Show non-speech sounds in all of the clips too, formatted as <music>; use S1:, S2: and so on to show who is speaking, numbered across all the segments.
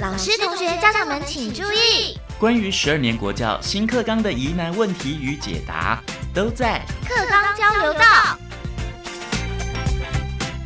S1: 老师、同学、家长们请注意，
S2: 关于十二年国教新课纲的疑难问题与解答，都在。
S1: 课纲交流道。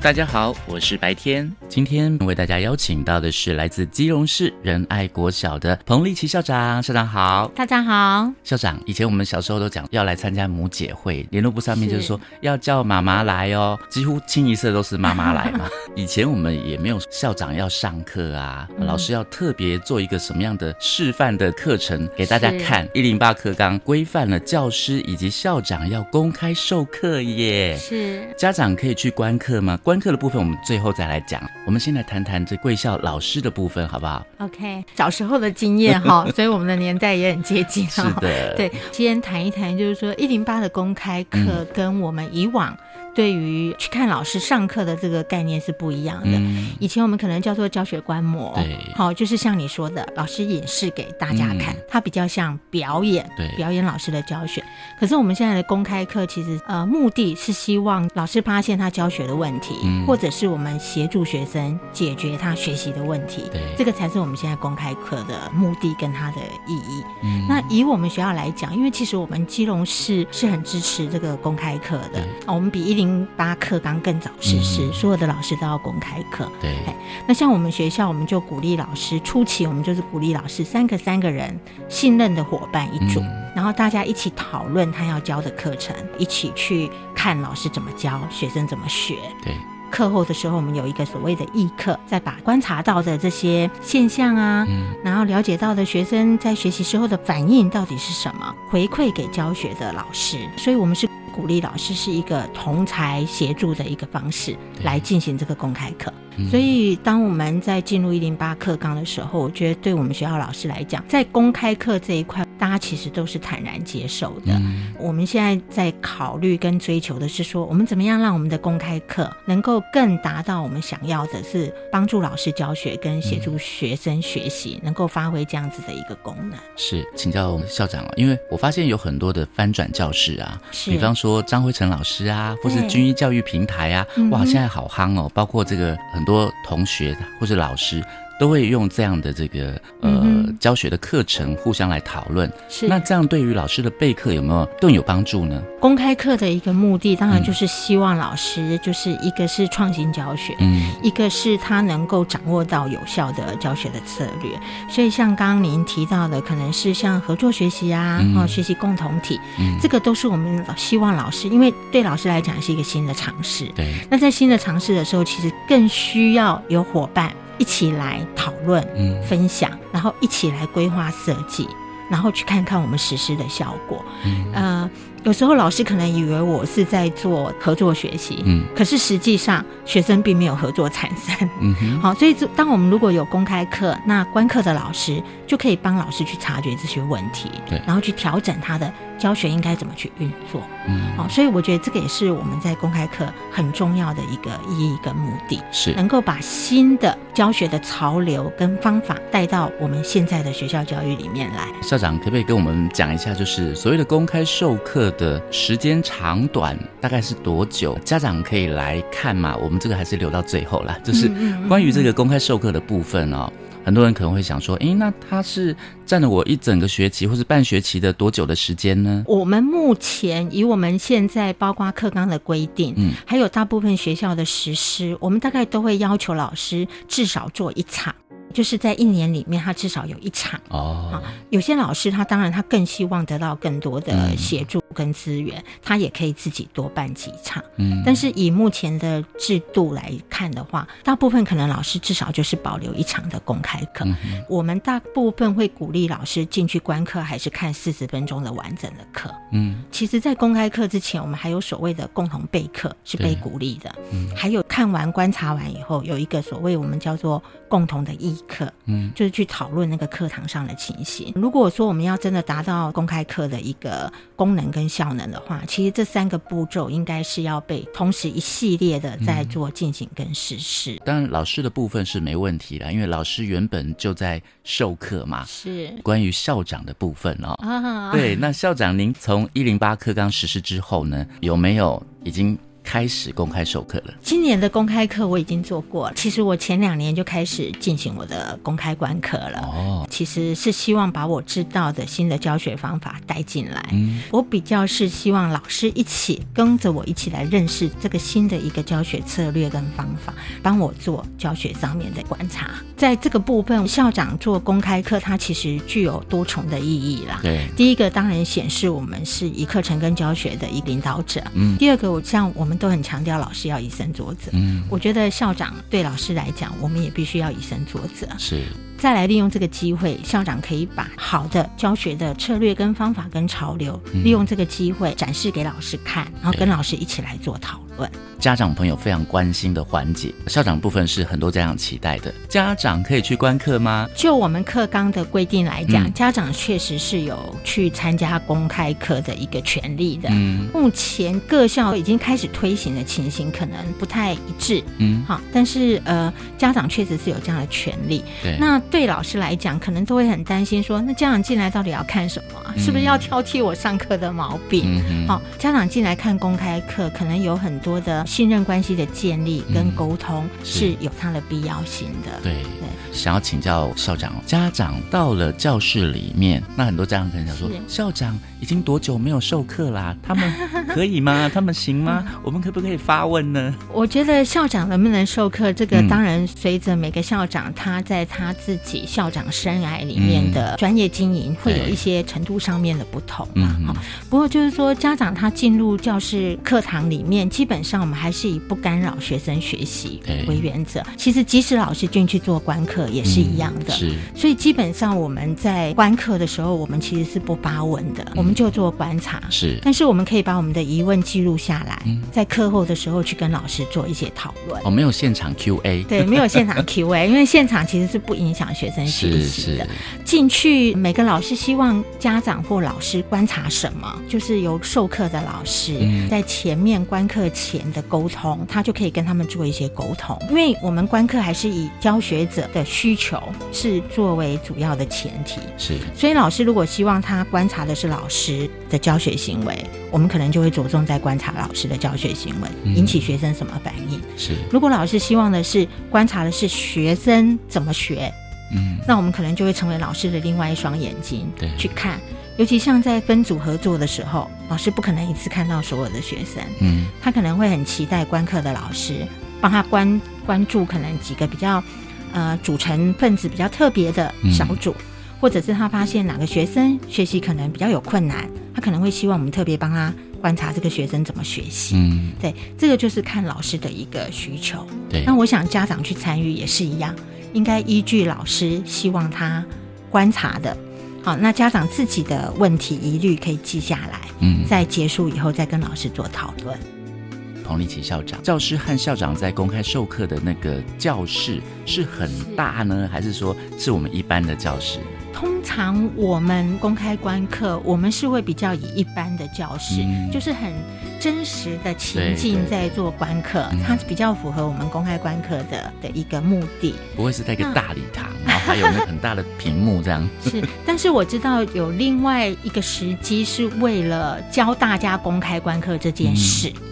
S2: 大家好，我是白天。今天为大家邀请到的是来自基隆市仁爱国小的彭丽琪校长，校长好。
S3: 大家好，
S2: 校长，以前我们小时候都讲要来参加母姐会，联络部上面就是
S3: 是
S2: 说要叫妈妈来哦，几乎清一色都是妈妈来嘛。 <laughs> 以前我们也没有校长要上课啊，
S3: 嗯
S2: 老师要特别做一个什么样的示范的课程给大家
S3: 是
S2: 看。一零八课纲规范了教师以及校长要公开授课耶。
S3: 是
S2: 家长可以去观课吗？观课的部分我们最后再来讲，我们先来谈谈这贵校老师的部分，好不
S3: <laughs>
S2: 好？
S3: OK，小时候的经验
S2: <laughs>
S3: 哈，所以我们的年代也很接近
S2: 是
S3: 哈。
S2: 的，
S3: 对，先谈一谈，就是说一零八的公开
S2: 嗯
S3: 课跟我们以往对于去看老师上课的这个概念是不一样的。
S2: 嗯，
S3: 以前我们可能叫做教学观摩，
S2: 对
S3: 好、就是像你说的，老师演示给大家看，
S2: 嗯
S3: 它比较像表演，
S2: 对
S3: 表演老师的教学。可是我们现在的公开课，其实呃，目的是希望老师发现他教学的问题，
S2: 嗯
S3: 或者是我们协助学生解决他学习的问题，
S2: 对
S3: 这个才是我们现在公开课的目的跟它的意义。
S2: 嗯
S3: 那以我们学校来讲，因为其实我们基隆市是很支持这个公开课的
S2: 对，
S3: 啊我们比一零八课纲更早实施，
S2: 嗯
S3: 所有的老师都要公开课。
S2: 对，
S3: 那像我们学校，我们就鼓励老师，初期我们就是鼓励老师三个三个人信任的伙伴一组，
S2: 嗯
S3: 然后大家一起讨论他要教的课程，一起去看老师怎么教，学生怎么学。
S2: 对，
S3: 课后的时候，我们有一个所谓的议课，再把观察到的这些现象啊，
S2: 嗯
S3: 然后了解到的学生在学习时候的反应到底是什么，回馈给教学的老师。所以，我们是鼓励老师是一个同才协助的一个方式
S2: 对
S3: 来进行这个公开课。
S2: 嗯
S3: 所以，当我们在进入一零八课纲的时候，我觉得对我们学校老师来讲，在公开课这一块，大家其实都是坦然接受的。
S2: 嗯
S3: 我们现在在考虑跟追求的是说，我们怎么样让我们的公开课能够更达到我们想要的，是帮助老师教学跟协
S2: 嗯
S3: 助学生学习，能够发挥这样子的一个功能。
S2: 是请教校长啊，因为我发现有很多的翻转教室啊，
S3: 是
S2: 比方说张辉成老师啊，或是
S3: 对
S2: 军医教育平台啊，
S3: 嗯哼
S2: 哇，现在好夯哦！包括这个很多同学或是老师都会用这样的这个呃、
S3: 嗯哼
S2: 教学的课程互相来讨论。
S3: 是
S2: 那这样对于老师的备课有没有更有帮助呢？
S3: 公开课的一个目的，当然
S2: 嗯
S3: 就是希望老师就是一个是创新教学，
S2: 嗯，
S3: 一个是他能够掌握到有效的教学的策略，所以像刚刚您提到的，可能是像合作学习啊，
S2: 嗯
S3: 哦，学习共同体，
S2: 嗯
S3: 这个都是我们老希望老师，因为对老师来讲是一个新的尝试。
S2: 对，
S3: 那在新的尝试的时候，其实更需要有伙伴一起来讨论、
S2: 嗯
S3: 分享，然后一起来规划设计，然后去看看我们实施的效果。
S2: 嗯
S3: 呃，有时候老师可能以为我是在做合作学习，
S2: 嗯
S3: 可是实际上学生并没有合作产生。
S2: 嗯哼，
S3: 好，所以这当我们如果有公开课，那观课的老师就可以帮老师去察觉这些问题，
S2: 对
S3: 然后去调整他的教学应该怎么去运作。
S2: 嗯
S3: 好，所以我觉得这个也是我们在公开课很重要的一个意义跟目的，
S2: 是
S3: 能够把新的教学的潮流跟方法带到我们现在的学校教育里面来。
S2: 校长可不可以跟我们讲一下，就是所谓的公开授课的时间长短大概是多久？家长可以来看嘛？我们这个还是留到最后
S3: <laughs>
S2: 啦。就是
S3: 嗯
S2: 关于这个公开授课的部分哦，很多人可能会想说，诶，那它是占了我一整个学期或是半学期的多久的时间呢？
S3: 我们目前以我们现在包括课纲的规定，
S2: 嗯，
S3: 还有大部分学校的实施，我们大概都会要求老师至少做一场，就是在一年里面他至少有一场。
S2: 哦，
S3: 有些老师他当然他更希望得到更多的
S2: 嗯
S3: 协助跟资源，他也可以自己多办几场。
S2: 嗯，
S3: 但是以目前的制度来看的话，大部分可能老师至少就是保留一场的公开课。
S2: 嗯哼
S3: 我们大部分会鼓励老师进去观课，还是看四十分钟的完整的课。
S2: 嗯
S3: 其实，在公开课之前，我们还有所谓的共同备课是
S2: 对
S3: 被鼓励的，
S2: 嗯
S3: 还有看完观察完以后，有一个所谓我们叫做共同的议课，
S2: 嗯
S3: 就是去讨论那个课堂上的情形。如果说我们要真的达到公开课的一个功能跟效能的话，其实这三个步骤应该是要被同时一系列的在做进行跟实施。
S2: 当然老师的部分是没问题啦，因为老师原本就在授课嘛。
S3: 是
S2: 关于校长的部分哦，<laughs>
S3: 啊，
S2: 对，那校长，您从一零八课纲实施之后呢，有没有已经开始公开授课了？
S3: 今年的公开课我已经做过了，其实我前两年就开始进行我的公开观课了。
S2: 哦，
S3: 其实是希望把我知道的新的教学方法带进来。
S2: 嗯，
S3: 我比较是希望老师一起跟着我一起来认识这个新的一个教学策略跟方法，帮我做教学上面的观察。在这个部分，校长做公开课，它其实具有多重的意义啦。
S2: 对，
S3: 第一个当然显示我们是以课程跟教学的一个领导者。
S2: 嗯
S3: 第二个，我像我们都很强调老师要以身作则。
S2: 嗯，
S3: 我觉得校长对老师来讲，我们也必须要以身作则。
S2: 是，
S3: 再来利用这个机会，校长可以把好的教学的策略、跟方法、跟潮流，
S2: 嗯
S3: 利用这个机会展示给老师看，然后跟老师一起来做讨论。
S2: 家长朋友非常关心的环节，校长部分是很多家长期待的。家长可以去观课吗？
S3: 就我们课纲的规定来讲，
S2: 嗯
S3: 家长确实是有去参加公开课的一个权利的。
S2: 嗯
S3: 目前各校已经开始推行的情形可能不太一致，
S2: 嗯，
S3: 哈，但是呃，家长确实是有这样的权利。
S2: 对，
S3: 那对老师来讲，可能都会很担心说，那家长进来到底要看什么啊、
S2: 嗯
S3: 是不是要挑剔我上课的毛病？
S2: 嗯
S3: 好、，家长进来看公开课，可能有很多的信任关系的建立跟
S2: 嗯
S3: 沟通、
S2: 是
S3: 是有它的必要性的。
S2: 对，想要请教校长，家长到了教室里面，那很多家长可能想说
S3: 是，
S2: 校长已经多久没有授课啦？他们可以吗？他们行吗？ <laughs> 我们可不可以发问呢？
S3: 我觉得校长能不能授课，这个
S2: 嗯
S3: 当然随着每个校长他在他自己校长生涯里面
S2: 嗯
S3: 的专业经营，会有
S2: 对
S3: 一些程度上面的不同嘛
S2: 嗯。 <laughs>
S3: 哈、不过就是说，家长他进入教室课堂里面，基本上我们还是以不干扰学生学习
S2: 对嗯
S3: 为原则。其实即使老师进去做观课也是一样的。
S2: 是，
S3: 所以基本上我们在观课的时候，我们其实是不发问的，
S2: 嗯
S3: 我们就做观察。
S2: 是，
S3: 但是我们可以把我们的疑问记录下来，
S2: 嗯
S3: 在课后的时候去跟老师做一些讨论。
S2: 哦，没有现场 Q&A，
S3: 对，没有现场 Q&A，因为现场其实是不影响学生学
S2: 是
S3: 习的
S2: 是。，
S3: 进去每个老师希望家长或老师观察什么，就是由授课的老师、
S2: 嗯
S3: 在前面观课前的沟通，他就可以跟他们做一些沟通。因为我们观课还是以教学者的需求是作为主要的前提，
S2: 是，
S3: 所以老师如果希望他观察的是老师的教学行为，我们可能就会着重在观察老师的教学行为，
S2: 嗯
S3: 引起学生什么反应。
S2: 是，
S3: 如果老师希望的是观察的是学生怎么学，
S2: 嗯，
S3: 那我们可能就会成为老师的另外一双眼睛
S2: 对
S3: 去看。尤其像在分组合作的时候，老师不可能一次看到所有的学生，
S2: 嗯，
S3: 他可能会很期待观课的老师帮他关关注可能几个比较呃组成分子比较特别的小组，或者是他发现哪个学生学习可能比较有困难，他可能会希望我们特别帮他观察这个学生怎么学习。
S2: 嗯，
S3: 对，这个就是看老师的一个需求。
S2: 对
S3: 那，我想家长去参与也是一样，应该依据老师希望他观察的。好，那家长自己的问题疑虑可以记下来，
S2: 嗯。
S3: 在结束以后再跟老师做讨论。
S2: 彭丽琪校长，教师和校长在公开授课的那个教室是很大呢，还是说是我们一般的教室？
S3: 通常我们公开观课，我们是会比较以一般的教室，
S2: 嗯
S3: 就是很真实的情
S2: 对
S3: 境
S2: 对
S3: 在做观课
S2: 嗯，
S3: 它比较符合我们公开观课的的一个目的。
S2: 不会是在一个大礼堂，然后还有那个很大的屏幕这样？
S3: 是，
S2: <laughs>
S3: 但是我知道有另外一个时机是为了教大家公开观课这件事，
S2: 嗯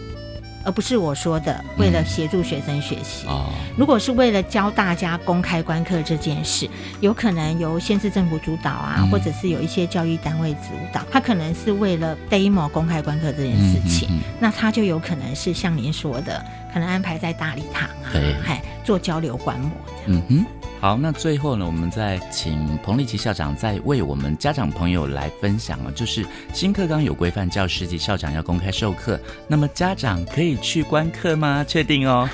S3: 而不是我说的为了协助学生学习。
S2: 哦，
S3: 如果是为了教大家公开观课这件事，有可能由县市政府主导啊，
S2: 嗯
S3: 或者是有一些教育单位主导，它可能是为了 demo 公开观课这件事情，
S2: 嗯嗯
S3: 那它就有可能是像您说的，可能安排在大礼堂啊
S2: 对，
S3: 嗨，做交流观摩这
S2: 嗯
S3: 样。
S2: 哼。好，那最后呢，我们再请彭丽琪校长再为我们家长朋友来分享啊，就是新课纲有规范教师及校长要公开授课，那么家长可以去观课吗？确定哦。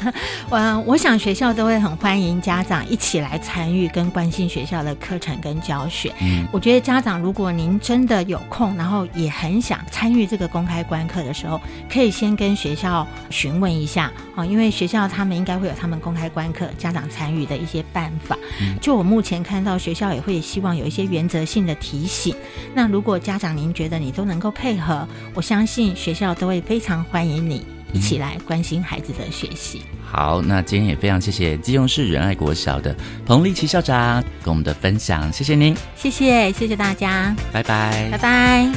S3: 嗯，我想学校都会很欢迎家长一起来参与跟关心学校的课程跟教学。
S2: 嗯
S3: 我觉得家长如果您真的有空，然后也很想参与这个公开观课的时候，可以先跟学校询问一下哦，因为学校他们应该会有他们公开观课家长参与的一些办法。就我目前看到学校也会希望有一些原则性的提醒。那如果家长您觉得你都能够配合，我相信学校都会非常欢迎你一起来关心孩子的学习。
S2: 好，那今天也非常谢谢基隆市仁爱国小的彭丽琪校长跟我们的分享，谢谢您，哎
S3: 谢谢，谢谢大家，
S2: 拜拜
S3: 拜拜。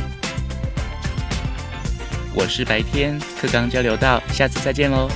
S2: 我是白天课纲交流道，下次再见喽。